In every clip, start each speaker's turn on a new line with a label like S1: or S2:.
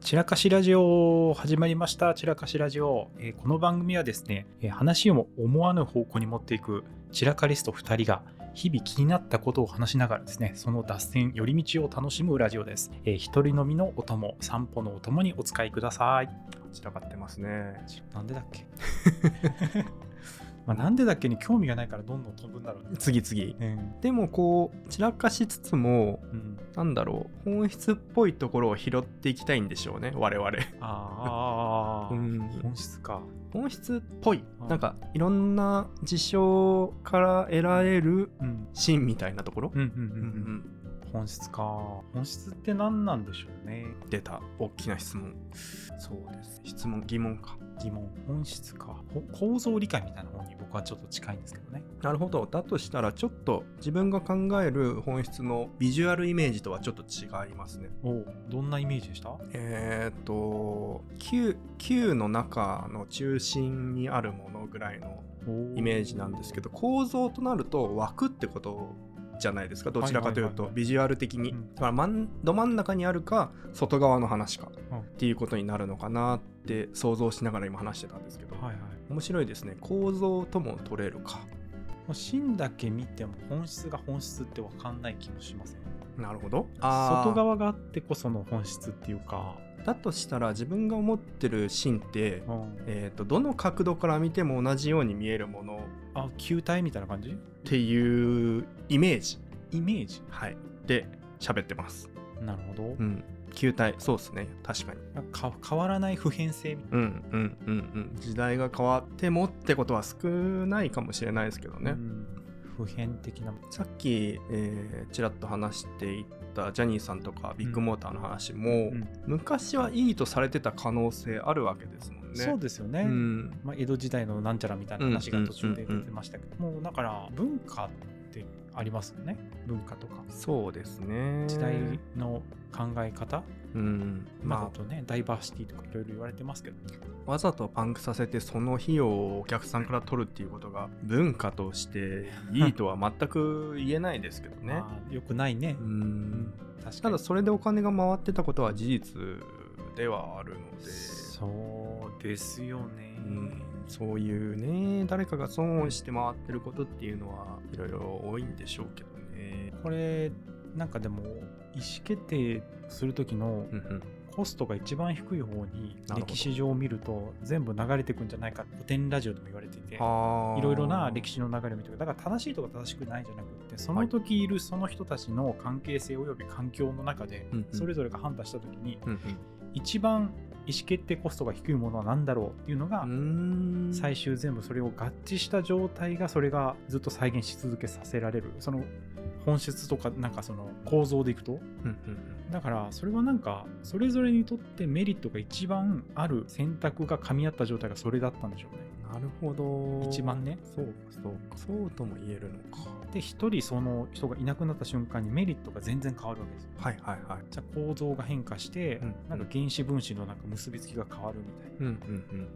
S1: 散らかしラジオ始まりました散らかしラジオ、えーこの番組はですね、えー話を思わぬ方向に持っていく散らかリスト2人が日々気になったことを話しながらですねその脱線寄り道を楽しむラジオです、えー一人飲みのお供散歩のお供にお使いください
S2: 散らかってますね。
S1: なんでだっけ まあなんでだっけに興味がないからどんどん飛ぶんだろうね
S2: 次々。
S1: うん
S2: でもこう散らかしつつも
S1: うん、
S2: なんだろう本質っぽいところを拾っていきたいんでしょうね我々。
S1: ああ、
S2: うん
S1: 本質か
S2: 本質っぽい
S1: うん
S2: なんかいろんな事象から得られる
S1: うん
S2: 芯みたいなところ
S1: う。んうんうん
S2: う
S1: うんん本質か本質って何なんでしょうね
S2: うん出た大きな質問。そうです。質問疑問か。
S1: 疑問本質かほ構造理解みたいな方に僕はちょっと近いんですけどね
S2: なるほど。だとしたらちょっと自分が考える本質のビジュアルイメージとはちょっと違いますね。
S1: おどんなイメージでした
S2: えーっと Q, Q の中の中心にあるものぐらいのイメージなんですけど構造となると枠ってことじゃないですかどちらかという
S1: はいはいはい
S2: と
S1: はい
S2: ビジュアル的に
S1: うん
S2: だから真んど真ん中にあるか外側の話か
S1: うん
S2: っていうことになるのかなって想像しながら今話してたんですけど
S1: はいはい
S2: 面白いですね構造とも取れるか
S1: もう芯だけ見ても本質が本質って分かんない気もしません
S2: なるほどあー
S1: 外側があってこその本質っていうか、
S2: だとしたら自分が思ってる芯って
S1: うん、
S2: えーっとどの角度から見ても同じように見えるもの
S1: あ球体みたいな感じ
S2: っていうイメージ、
S1: イメージ
S2: はい、で喋ってます。
S1: なるほど、
S2: うん、球体そうですね確かに。
S1: なんか変わらない普遍性みたい
S2: うんうんうんうん時代が変わってもってことは少ないかもしれないですけどね。
S1: な、うん普遍的な
S2: さっき、えーちらっと話していったジャニーさんとかビッグモーターの話も、
S1: うん
S2: 昔はいいとされてた可能性あるわけですもんね。
S1: そうですよね、
S2: うん
S1: まあ、江戸時代のなんちゃらみたいな話が途中で出てましたけど、もうだから文化ってありますよね文化とか
S2: そうですね
S1: 時代の考え方、
S2: うん
S1: まあ、
S2: ま
S1: とねダイバーシティとかいろいろ言われてますけど
S2: あ、わざとパンクさせてその費用をお客さんから取るっていうことが文化としていいとは全く言えないですけど ね。
S1: まあ、よくないね、
S2: う
S1: うん
S2: ん
S1: 確か
S2: た
S1: に
S2: だそれでお金が回ってたことは事実ではあるので、
S1: そうですよね、
S2: うん、そういうね誰かが損をして回ってることっていうのはいろいろ多いんでしょうけどね。
S1: これなんかでも意思決定する時の
S2: うんうん
S1: コストが一番低い方に
S2: なるほど
S1: 歴史上を見ると全部流れてくんじゃないかって古典ラジオでも言われていて
S2: あー
S1: いろいろな歴史の流れを見てくるだから正しいとか正しくないじゃなくってその時いるその人たちの関係性および環境の中で
S2: うんうん
S1: それぞれが判断した時に
S2: うん
S1: 一番意思決定コストが低いものは何だろうっていうのが
S2: うん、うーん
S1: 最終全部それを合致した状態がそれがずっと再現し続けさせられるその本質とかなんかその構造でいくと
S2: うんうん
S1: だからそれはなんかそれぞれにとってメリットが一番ある選択が噛み合った状態がそれだったんでしょうね。
S2: うんなるほど
S1: 一番ね
S2: そうかそうかそうとも言えるのか
S1: で一人その人がいなくなった瞬間にメリットが全然変わるわけですよ
S2: はいはいはい
S1: じゃあ構造が変化して、
S2: うん
S1: なんか原子分子のなんか結びつきが変わるみたい
S2: うんうんうんうん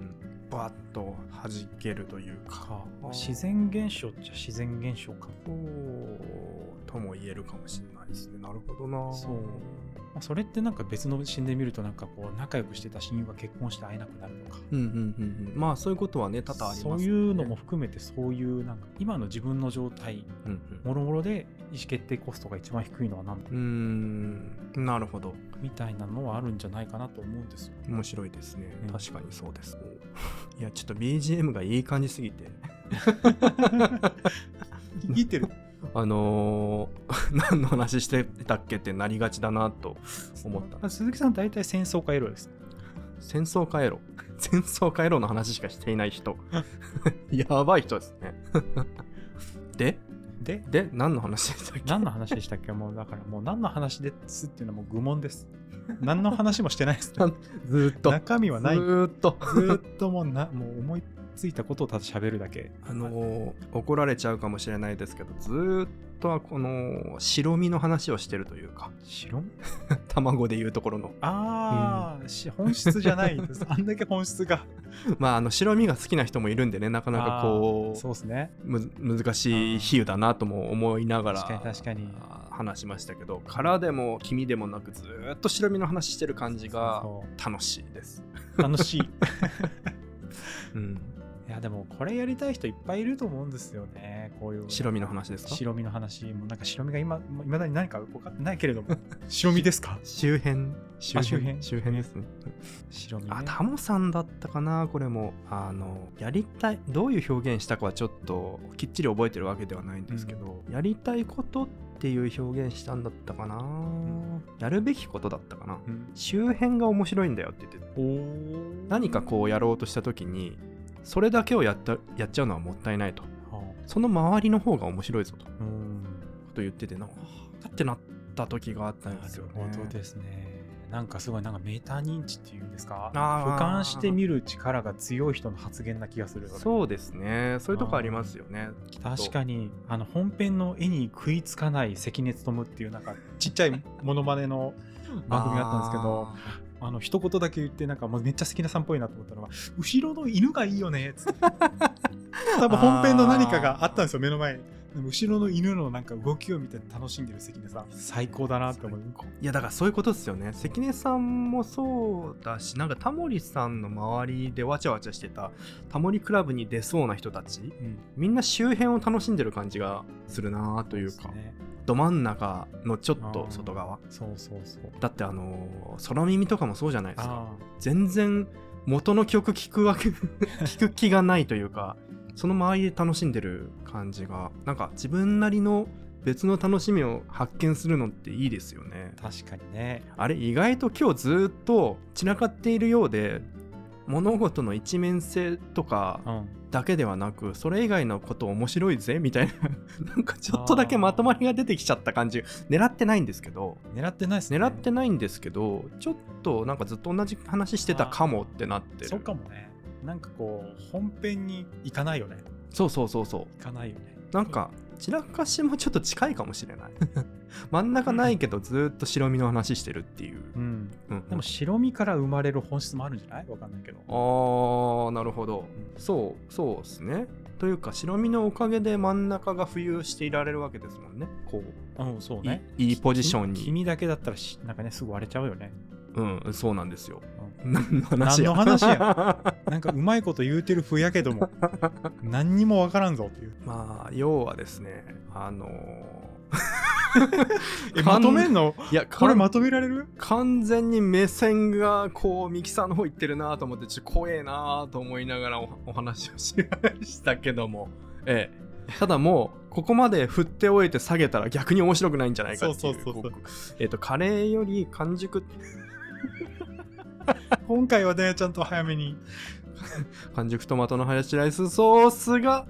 S2: バッと弾けるという
S1: な
S2: か
S1: か自然現象っちゃ自然現象か、
S2: そうとも言えるかもしれないですねなるほどな
S1: そうまあ、それってなんか別の視点で見るとなんかこう仲良くしてた親友が結婚して会えなくなるとか
S2: うんうんうんうんまあそういうことはね多々あります
S1: そういうのも含めてそういうなんか今の自分の状態
S2: うんうん
S1: もろもろで意思決定コストが一番低いのは何だ
S2: うーんなるほど
S1: みたいなのはあるんじゃないかなと思うんですよ
S2: 面白いですね、
S1: うん
S2: 確かにそうですいやちょっと BGM がいい感じすぎて
S1: 聞いてる
S2: あのー何の話してたっけってなりがちだなと思った
S1: 鈴木さん大体戦争かエロです
S2: 戦争回路 戦争回路の話しかしていない人 やばい人です ねで
S1: で
S2: で何の話でしたっけ
S1: 何の話でしたっけ もうだからもう何の話ですっていうのはもう愚問です。何の話もしてない ですね。
S2: ずーっと
S1: 中身はない。
S2: ず
S1: ず
S2: ーっと
S1: ーっともうなもう思いついたことをただ喋るだけ。
S2: あのー怒られちゃうかもしれないですけどずーっとはこの白身の話をしてるというか
S1: 白身
S2: 卵でいうところの
S1: ああ、し本質じゃない です。あんだけ本質が。
S2: まああの白身が好きな人もいるんでねなかなかこ
S1: あー
S2: う
S1: そうですね。
S2: む難しい比喩だなとも思いながら
S1: 確かに確かに
S2: あー話しましたけど殻でも黄身でもなくずーっと白身の話してる感じが
S1: そ
S2: 楽しいです。
S1: う楽しい。い
S2: うん、
S1: やでもこれやりたい人いっぱいいると思うんですよね。こういう
S2: 白身の話ですか
S1: 白身の話もなんか白身が今いまだに何か分かってないけれ ども白身ですか
S2: 周辺周
S1: あ周辺
S2: 周辺ですね。
S1: 白身、ね、
S2: あタモさんだったかなこれもあのやりたいどういう表現したかはちょっときっちり覚えてるわけではないんですけど、やりたいことっていう表現したんだったかな、やるべきことだったかな
S1: うん
S2: 周辺が面白いんだよって言って
S1: おー
S2: 何かこうやろうとした時にそれだけをやったやっちゃうのはもったいないと
S1: は
S2: その周りの方が面白いぞと
S1: あうん
S2: こと言っててなはあってなった時があったん
S1: な
S2: ですよ
S1: る
S2: ね
S1: ほどですねなんかすごいなんかメーター認知っていうんですか
S2: あー
S1: 俯瞰して見る力が強い人の発言な気がする
S2: そうですねそういうとこありますよねきっと
S1: 確かにあの本編の絵に食いつかない関根勤っていうなんかちっちゃいモノマネの番組があったんですけど
S2: あー
S1: あの一言だけ言ってなんかもうめっちゃ関根さんっぽいなと思ったのは後ろの犬がいいよねっつって 多分本編の何かがあったんですよ目の前にでも後ろの犬のなんか動きを見て楽しんでる関根さん最高だなって思う
S2: いやだからそういうことですよね関根さんもそうだしなんかタモリさんの周りでわちゃわちゃしてたタモリクラブに出そうな人たち
S1: うん
S2: みんな周辺を楽しんでる感じがするなというか
S1: ね
S2: ど真ん中のちょっと外側
S1: そうそうそう
S2: だってあのー空耳とかもそうじゃないですか
S1: あ
S2: 全然元の曲聞く わけ聞く気がないというかその周りで楽しんでる感じがなんか自分なりの別の楽しみを発見するのっていいですよね
S1: あ確かにね
S2: あれ意外と今日ずーっと散らかっているようで物事の一面性とか
S1: うん
S2: だけではなくそれ以外のこと面白いぜみたいな なんかちょっとだけまとまりが出てきちゃった感じ狙ってないんですけど
S1: 狙ってないですね
S2: 狙ってないんですけどちょっとなんかずっと同じ話してたかもってなってる
S1: そうかもねなんかこう本編に行かないよね
S2: そうそうそうそう
S1: 行かないよね
S2: なんか散らかしもちょっと近いかもしれない 真ん中ないけどずーっと白身の話してるっていう、
S1: うん
S2: うん
S1: でも白身から生まれる本質もあるんじゃないわかんないけど
S2: あーなるほど、
S1: う
S2: そうそうですねというか白身のおかげで真ん中が浮遊していられるわけですもんねこう
S1: うんそう
S2: い
S1: ね
S2: いいポジションに
S1: 君だけだったらしなんかねすぐ割れちゃうよね
S2: うんそうなんですよ、 何の話
S1: 何の話
S2: や
S1: なんかうまいこと言うてるふやけども何にもわからんぞっていう
S2: まあ要はですねあの
S1: え
S2: か
S1: ま
S2: ん
S1: とめんの
S2: ーいや
S1: これまとめられる
S2: 完全に目線がこうミキサーの方行ってるなと思ってちょっと怖えなと思いながらおお話をしましたけども、ええ、ただもうここまで振っておいて下げたら逆に面白くないんじゃないかっていう
S1: そうそうそうそう
S2: こえっとカレーより完熟
S1: 今回はダヤちゃんと早めに
S2: 完熟トマトのハヤシライスソースが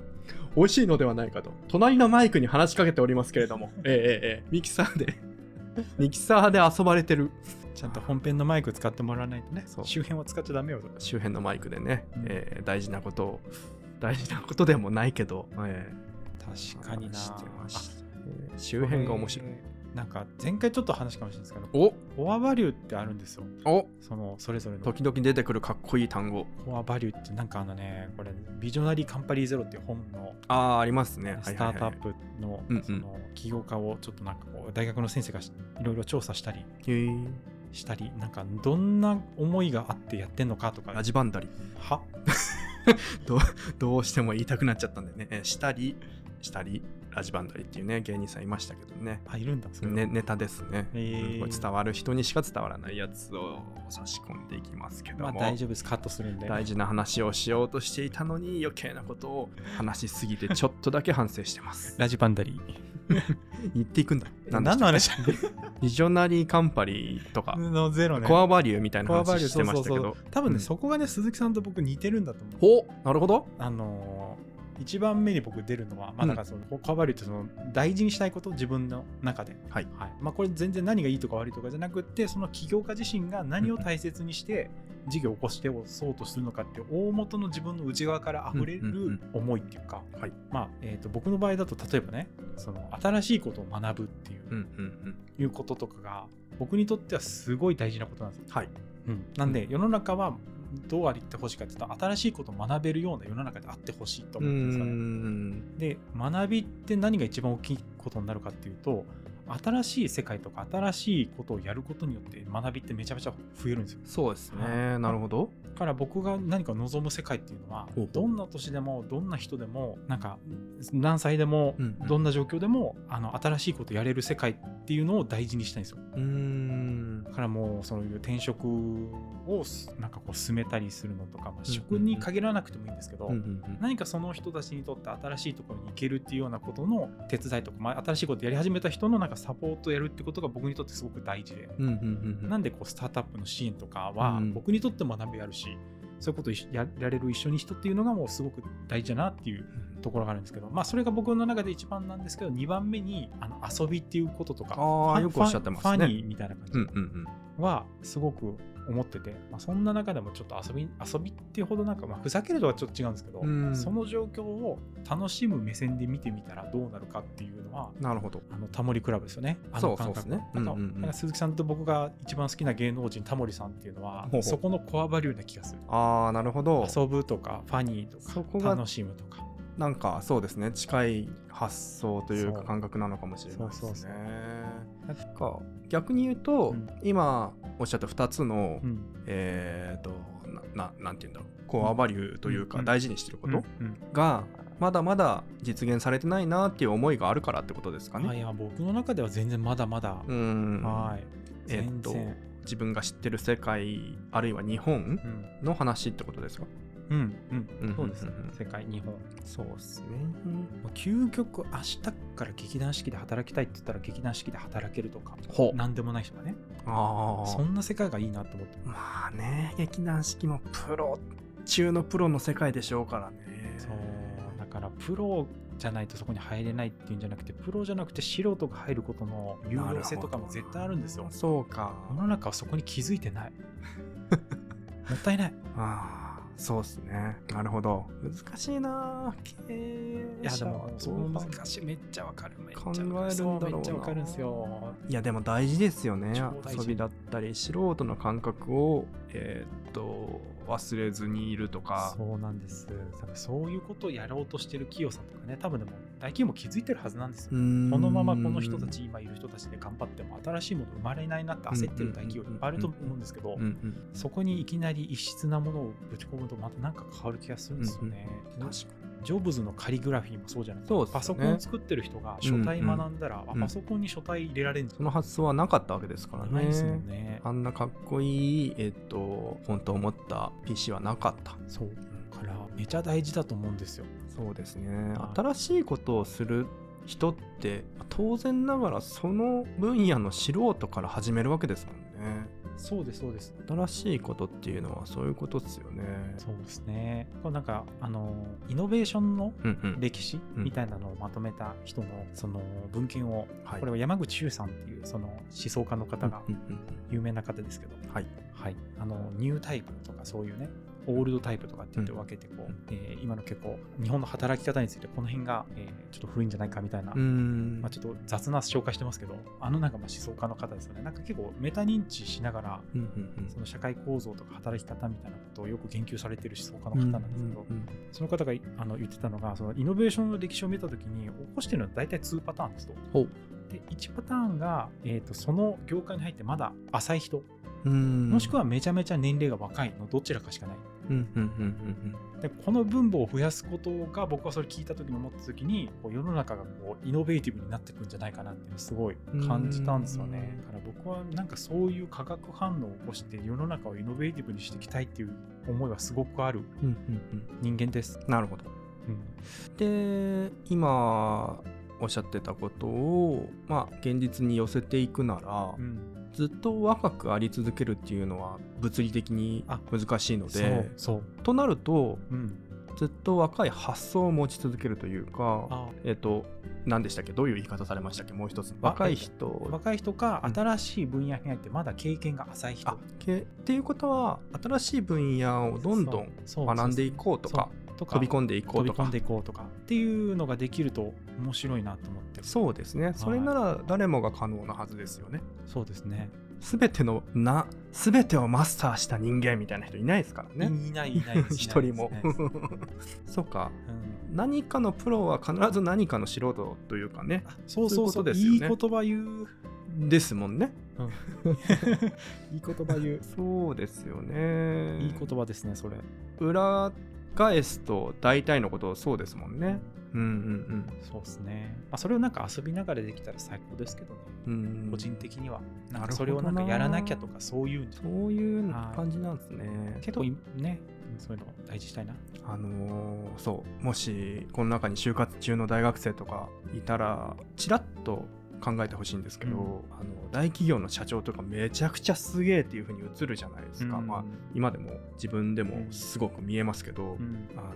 S2: 美味しいのではないかと隣のマイクに話しかけておりますけれど もええええええミキサーでミキサーで遊ばれてる
S1: ちゃんと本編のマイク使ってもらわないとね
S2: そう
S1: 周辺は使っちゃダメよと
S2: 周辺のマイクでね、
S1: うん
S2: ええ大事なことを大事なことでもないけど、ええ
S1: 確かにな
S2: してまし
S1: あ
S2: たえー周辺が面白い。
S1: これなんか前回ちょっと話したかもしれないですけど
S2: お
S1: コアバリューってあるんですよ
S2: お
S1: そのそれぞれの
S2: 時々出てくるかっこいい単語。
S1: コアバリューってなんかあのねこれビジョナリーカンパニーゼロっていう本の
S2: ああ、ありますね。
S1: スタートア
S2: はい
S1: ップの
S2: うんうん
S1: その起業家をちょっとなんかこう大学の先生がしいろいろ調査したり
S2: はいはいへー
S1: したりなんかどんな思いがあってやってんのかとか
S2: ラジバンダリ。
S1: は
S2: どうしても言いたくなっちゃったんでね。えーしたり、したり、ラジバンダリっていうね、芸人さんいましたけどね。
S1: あいるんだそれは
S2: ね、ネタですね、
S1: へー
S2: うん伝わる人にしか伝わらないやつを差し込んでいきますけど
S1: まあ
S2: も、
S1: 大丈夫ですカットするんで
S2: 大事な話をしようとしていたのに余計なことを話しすぎてちょっとだけ反省してます
S1: ラジバンダリー
S2: 言っていくんだ
S1: 何
S2: でしたっけ
S1: の話
S2: ビジョナリーカンパニーと か、
S1: のゼロね
S2: コアバリューみたいな
S1: コアバ
S2: 話
S1: リュー
S2: してましたけど。
S1: そうそうそう多分ね、
S2: うん
S1: そこがね鈴木さんと僕似てるんだと思う
S2: ほうなるほど。
S1: あのー一番目に僕出るのは、まあ、なんかその、関わるってその大事にしたいこと自分の中で、
S2: はい
S1: まあ、これ全然何がいいとか悪いとかじゃなくってその起業家自身が何を大切にして事業を起こしておそうとするのかって大元の自分の内側から溢れ
S2: うんうん
S1: る
S2: うん
S1: 思いっていうか、
S2: はい
S1: まあえー、と僕の場合だと例えばねその新しいことを学ぶっていう,、
S2: うんうん
S1: いうこととかが僕にとってはすごい大事なことなんですよ
S2: うん。はい。
S1: うん、なんで世の中はどうありってほしいかっていうと新しいことを学べるような世の中であってほしいと
S2: うー
S1: 思うんですよね。
S2: ん。
S1: で学びって何が一番大きいことになるかっていうと新しい世界とか新しいことをやることによって学びってめちゃめちゃ増えるんですよ
S2: そうですね。なるほど。
S1: だから僕が何か望む世界っていうのは
S2: ほうほう
S1: どんな年でもどんな人でもなんか何歳でも
S2: うんうん
S1: どんな状況でもあの新しいことやれる世界っていうのを大事にしたいんですよ
S2: うーん。
S1: だからもうそういう転職をすなんかこう進めたりするのとか、まあ、
S2: うん
S1: 職に限らなくてもいいんですけど、
S2: うんうんうん
S1: 何かその人たちにとって新しいところに行けるっていうようなことの手伝いとか、まあ、新しいことやり始めた人のなんかサポートをやるってことが僕にとってすごく大事で、
S2: うんうんうん
S1: なんでこうスタートアップの支援とかは
S2: うん
S1: 僕にとっても学びあるし、そういうことを一緒やられる一緒に人っていうのがもうすごく大事だなっていう
S2: うん
S1: ところがあるんですけど、まあ、それが僕の中で一番なんですけど2番目にあの遊びっていうこととか
S2: あ
S1: フ
S2: あ
S1: ァン
S2: よくおっしゃってま
S1: フ
S2: す
S1: ァ
S2: ね。
S1: ニーみたいな感じ
S2: うんうん
S1: はすごく思ってて、まあ、そんな中でもちょっと遊び遊びっていうほどなんか、まあ、ふざけるとはちょっと違うんですけど、
S2: うん
S1: その状況を楽しむ目線で見てみたらどうなるかっていうのは
S2: うん。なるほど。
S1: あのタモリクラブですよね。あ
S2: そ
S1: の
S2: うそ
S1: 感
S2: うで
S1: 覚
S2: すね。
S1: なんか
S2: うんうんうん
S1: なんか鈴木さんと僕が一番好きな芸能人タモリさんっていうのは
S2: ほうほう
S1: そこのコアバリューな気がする。
S2: ああなるほど。
S1: 遊ぶとかファニーとか
S2: そこが
S1: 楽しむとか
S2: なんかそうですね近い発想という
S1: そ
S2: か
S1: う
S2: 感覚なのかもしれないです
S1: そう
S2: ね
S1: そうそう。
S2: なんか逆に言うと、
S1: うん
S2: 今おっしゃった2つの、
S1: うん
S2: えっ、となななんて言うんだろうコアバリューという
S1: う
S2: か
S1: ん
S2: 大事にしてること
S1: うんうん
S2: が、まだまだ実現されてないなっていう思いがあるからってことですかね。
S1: あいや僕の中では全然まだまだ、
S2: うん
S1: はい
S2: えっ
S1: 全
S2: と
S1: 然、
S2: 自分が知ってる世界あるいは日本
S1: うん
S2: の話ってことですか
S1: うんう
S2: うんん
S1: そうですね
S2: うんうん
S1: 世界日本
S2: そうですね。
S1: もう究極明日から劇団四季で働きたいって言ったら劇団四季で働けるとか
S2: ほう
S1: 何でもない人がね
S2: ああ
S1: そんな世界がいいなと思って
S2: まあね、劇団四季もプロ中のプロの世界でしょうからね。
S1: そうだからプロじゃないとそこに入れないっていうんじゃなくてプロじゃなくて素人が入ることの有用性とかも絶対あるんですよ
S2: そうか。
S1: 世の中はそこに気づいて ないもったいない
S2: ああ、そうですね。なるほど。難しいな。
S1: い
S2: 経営
S1: やで
S2: 者
S1: もそこも難
S2: い。
S1: しいめっちゃわかるめっちゃ
S2: 考えるんだろうな
S1: そうめっちゃわかるんですよ
S2: いやでも大事ですよね
S1: 超大事
S2: 遊びだったり素人の感覚をえーっと忘れずにいるとか
S1: そうなんですだからそういうことをやろうとしてる企業さんとかね多分でも大企業も気づいてるはずなんですよ
S2: こ
S1: このままこの人たち今いる人たちで頑張っても新しいもの生まれないなって焦ってる大企業いっぱいあると思うんですけど
S2: うんうん
S1: そこにいきなり異質なものをぶち込むとまた何か変わる気がするんですよね。
S2: 確か
S1: ジョブズのカリグラフィーもそうじゃないですか。
S2: そうですね
S1: パソコンを作ってる人が書体学んだら、
S2: んうん
S1: あパソコンに書体入れられるんじ
S2: その発想はなかったわけですから
S1: ゃ
S2: ね
S1: ないですもんね。
S2: あんなかっこいい、えっと、本当思った PC はなかった。
S1: そうだからめちゃ大事だと思うんですよ。
S2: そうですね
S1: はい。
S2: 新しいことをする人って、当然ながらその分野の素人から始めるわけですもんね。
S1: そうですそうです。
S2: 新しいことっていうのはそういうことですよね。
S1: そうですね。これなんかあのイノベーションの
S2: うんうん。
S1: 歴史
S2: うん
S1: みたいなのをまとめた人のその文献を
S2: はい
S1: これは山口周さんっていうその思想家の方が
S2: うんうん
S1: 有名な方ですけど、
S2: うんはい。
S1: はい、あのニュータイプとかそういうねオールドタイプとかって言って分けてこう、
S2: うん
S1: えー今の結構日本の働き方についてこの辺が、えーちょっと古いんじゃないかみたいな、
S2: うーん。
S1: まあ、ちょっと雑な紹介してますけどあのなんかまあ思想家の方ですよねなんか結構メタ認知しながら
S2: うんうん
S1: その社会構造とか働き方みたいなことをよく言及されてる思想
S2: う
S1: 家
S2: ん。
S1: の方なんですけど、
S2: うんうんうん
S1: その方があの言ってたのがそのイノベーションの歴史を見たときに起こしてるのは大体2パターンですと。
S2: ほう
S1: で1パターンが、えー、とその業界に入ってまだ浅い人
S2: うーん
S1: もしくはめちゃめちゃ年齢が若いのどちらかしかない。
S2: うんうんうんうん
S1: でこの分母を増やすことが僕はそれ聞いた時に思った時にこう世の中がこうイノベーティブになってくんじゃないかなっていうのをすごい感じたんですよね
S2: うん
S1: だから僕はなんかそういう化学反応を起こして世の中をイノベーティブにしていきたいっていう思いはすごくある
S2: うんうんうん
S1: 人間です、
S2: うん。なるほど。
S1: うん、
S2: で今おっしゃってたことを、まあ、現実に寄せていくなら、
S1: うん
S2: ずっと若くあり続けるっていうのは物理的に
S1: あ
S2: 難しいの
S1: そう
S2: で
S1: そう
S2: となると
S1: うん
S2: ずっと若い発想を持ち続けるというか
S1: あ
S2: えっ、と何でしたっけどういう言い方されましたっけもう一つ
S1: わ
S2: 若い人
S1: 若い人か
S2: うん
S1: 新しい分野に入ってまだ経験が浅い人
S2: あけっていうことは新しい分野をどんどん
S1: そうそう
S2: 学んでいこうとか
S1: そうとか
S2: 飛び込んでいこ
S1: 飛
S2: う
S1: び
S2: と
S1: 込
S2: か
S1: んでいこうとかっていうのができると面白いなと思って
S2: そうですねそれなら誰もが可能なはずですよね。
S1: そうですね
S2: 全てのな全てをマスターした人間みたいな人いないですからね
S1: いないいないです
S2: 一人も
S1: いないです
S2: そうか
S1: うん
S2: 何かのプロは必ず何かの素人というかね
S1: あそうそうそう
S2: そういうことですよ
S1: い
S2: ね
S1: い言葉言う。
S2: ですもんね
S1: いい言葉言う。
S2: そうですよね
S1: いい言葉ですね、それ。
S2: 裏返すと大体のことそうですもんねうん
S1: そうですね。まあ、それをなんか遊びながらできたら最高ですけどね。
S2: うんうんうん
S1: 個人的には。なん
S2: な
S1: か
S2: るほどな
S1: それをなんかやらなきゃとかそういうんじゃ
S2: そういう感じなんですね、
S1: けど、いね、そういうの大事したいな。
S2: あのーそうもしこの中に就活中の大学生とかいたらちらっと考えてほしいんですけど、
S1: うん
S2: あの大企業の社長とかめちゃくちゃすげえっていう風に映るじゃないですか、まあ、今でも自分でもすごく見えますけど、
S1: うん
S2: あのー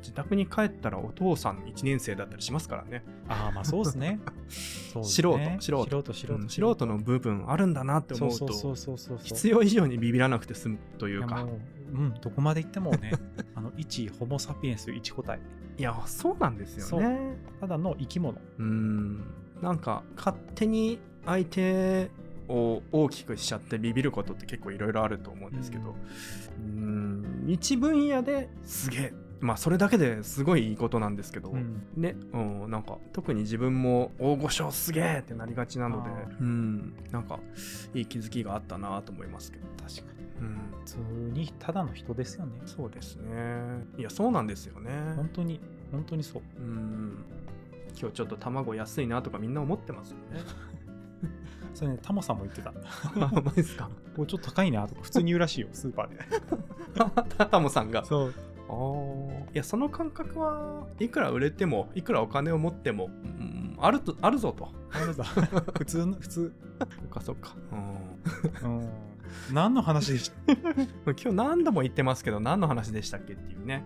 S2: 自宅に帰ったらお父さん1年生だったりしますからね
S1: ああ、まあそうです ね。そうっすね
S2: 素人
S1: 素人、素
S2: う
S1: 人、
S2: ん素人の部分あるんだなって
S1: そ
S2: 思
S1: う
S2: う
S1: そうそ
S2: と
S1: うそうそう。
S2: 必要以上にビビらなくて済むという
S1: いや
S2: か
S1: もううん、どこまで行ってもね、 あの一ホモ・サピエンス一個体、
S2: いやそうなんです
S1: そ
S2: よ
S1: う
S2: ね。
S1: ただの生き物。
S2: うーんなんか勝手に相手を大きくしちゃってビビることって結構いろいろあると思うんですけど、うーん、一分野ですげえまあそれだけですごいいいことなんですけど、
S1: うん
S2: ね、うん、なんか特に自分も大御所すげえってなりがちなので
S1: あ
S2: うんなんかいい気づきがあったなと思いますけど、
S1: 確かに。
S2: うん、
S1: 普通にただの人ですよね。
S2: そうですねいやそうなんですよね
S1: 本当に、本当にそう。
S2: うん今日ちょっと卵安いなとかみんな思ってますよね
S1: それね、タモさんも言ってた。
S2: あマジですか
S1: これちょっと高いなとか普通に言うらしい よ、スーパーで。
S2: タタモさんが。
S1: そう。
S2: いや、その感覚はいくら売れても、いくらお金を持っても、うんあるとあるぞと。
S1: あれだ。普通の、普通。
S2: そっかそっか。
S1: うん。何の話でした
S2: 今日何度も言ってますけど、何の話でしたっけっていう ね。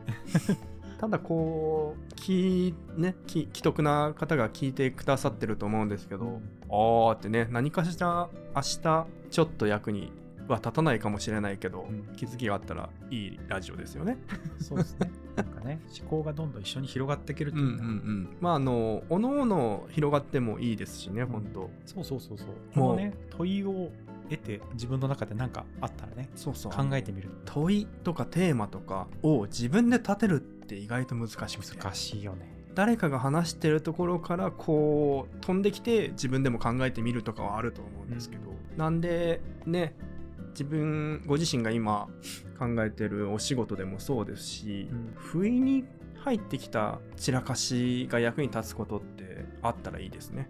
S2: ただこう、き、ね、き、既得な方が聞いてくださってると思うんですけど、あーってね、何かしら明日、ちょっと役には立たないかもしれないけど、
S1: うん
S2: 気づきがあったらいいラジオですよね。
S1: そうですね。なんかね、思考がどんどん一緒に広がっていけると
S2: う
S1: い
S2: ん
S1: う
S2: うん
S1: か
S2: うん、まああのおのおの広がってもいいですしね
S1: ん
S2: 本当、
S1: そうそうそうそう。こ
S2: も
S1: の
S2: う
S1: ね、問いを得て、自分の中で何かあったらね、
S2: そうそう
S1: 考えてみる。
S2: 問いとかテーマとかを自分で立てるって意外と難しくて
S1: 難しいよね。
S2: 誰かが話してるところからこう飛んできて自分でも考えてみるとかはあると思うんですけど、なんでね自分ご自身が今考えてるお仕事でもそうですし、
S1: うん
S2: 不意に入ってきた散らかしが役に立つことってあったらいいですね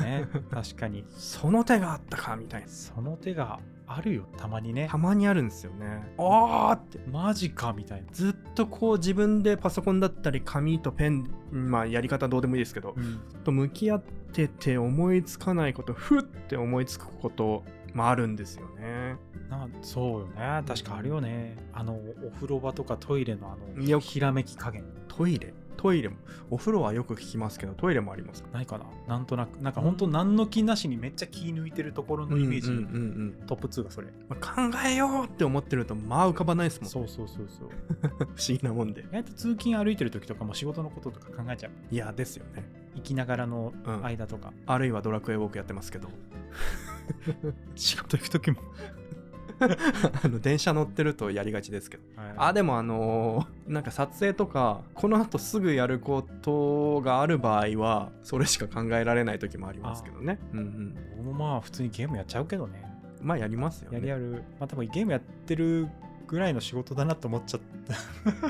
S1: ある ね。確かに。
S2: その手があったかみたいな
S1: その手があるよ、たまにね
S2: た。まにあるんですよね。あーって
S1: マジかみたいな。
S2: ずっとこう自分でパソコンだったり紙とペンまあやり方どうでもいいですけどと向き合ってて思いつかないことふって思いつくこともあるんですよね。
S1: なそうよね確かあるよね、あのお風呂場とかトイレのあの
S2: よく
S1: ひらめき加減
S2: トイレトイレもお風呂はよく聞きますけどトイレもあります
S1: ないかななんとなくなんか本当何の気なしにめっちゃ気抜いてるところのイメージ、
S2: うんうんうん
S1: トップ2がそれ、
S2: うんまあ考えようって思ってるとまあ浮かばないですもん不
S1: そうそうそうそう
S2: 思議なもんで
S1: 意外と通勤歩いてる時とかも仕事のこととか考えちゃう
S2: いやですよね
S1: 行きながらの
S2: うん
S1: 間とか、
S2: あるいはドラクエウォークやってますけ ど
S1: 仕事行く時も
S2: あの電車乗ってるとやりがちですけどあでもあのーなんか撮影とかこのあとすぐやることがある場合はそれしか考えられない時もありますけどねうんうん
S1: 僕もまあ普通にゲームやっちゃうけどね
S2: まあやりますよ
S1: やり
S2: ね
S1: やるまあ多分ゲームやってるぐらいの仕事だなと思っちゃっ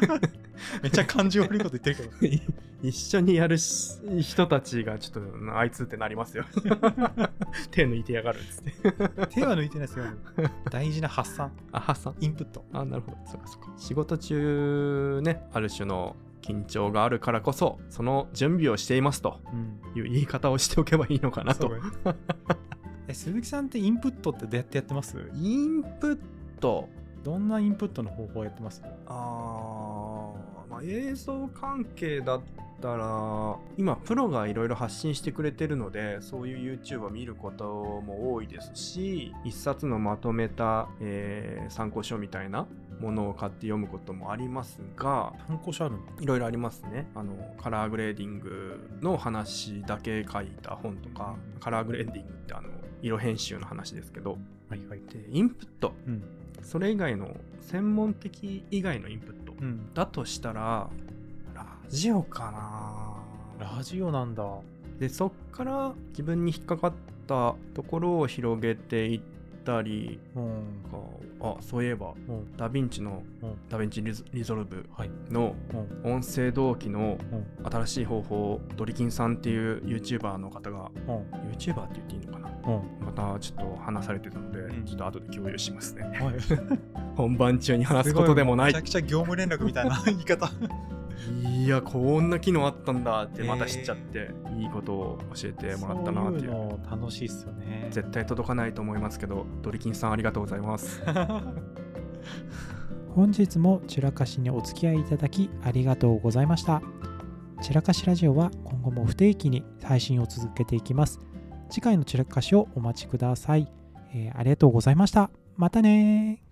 S1: た めっちゃ感情悪いこと言ってるけど
S2: 一緒にやるし人たちがちょっとあいつってなりますよ 手抜いてやがるっつって
S1: 手は抜いてないですよ大事な発散
S2: あはさ
S1: インプット
S2: あなるほどそっかそっか仕事中ねある種の緊張があるからこそその準備をしていますと
S1: うん
S2: いう言い方をしておけばいいのかなと
S1: え鈴木さんってインプットってどうやってやってます
S2: インプット
S1: どんなインプットの方法やってます
S2: あーまあ映像関係だったら今プロがいろいろ発信してくれてるのでそういう YouTube を見ることも多いですし一冊のまとめた、えー参考書みたいなものを買って読むこともありますが
S1: 参考書あるんだ
S2: いろいろありますねあのカラーグレーディングの話だけ書いた本とかカラーグレーディングってあの色編集の話ですけど
S1: はいはい。
S2: でインプット
S1: うん。
S2: それ以外の専門的以外のインプット
S1: うん。
S2: だとしたらラジオかな
S1: ラジオなんだ。
S2: でそっから自分に引っかかったところを広げていったり
S1: うん。
S2: かあそういえば
S1: うん。
S2: ダヴィンチの
S1: うん
S2: ダヴィンチリゾリゾルブ
S1: はい。
S2: の
S1: うん。
S2: 音声同期の
S1: うん。
S2: 新しい方法をドリキンさんっていう YouTuber の方が
S1: うん。
S2: YouTuber って言っていいのかな
S1: うん。
S2: またちょっと話されてたので、
S1: うん
S2: ちょっと後で共有しますね
S1: はい。
S2: 本番中に話すことでもな
S1: め
S2: い
S1: ちゃくちゃ業務連絡みたいな言い方。
S2: いやこんな機能あったんだってまた知っちゃって、いいことを教えてもらったなっていう
S1: そういうの楽しいっすよね。
S2: 絶対届かないと思いますけどドリキンさんありがとうございます
S1: 本日も散らかしにお付き合いいただきありがとうございました散らかしラジオは今後も不定期に配信を続けていきます次回の散らかしをお待ちください、えーありがとうございましたまたねー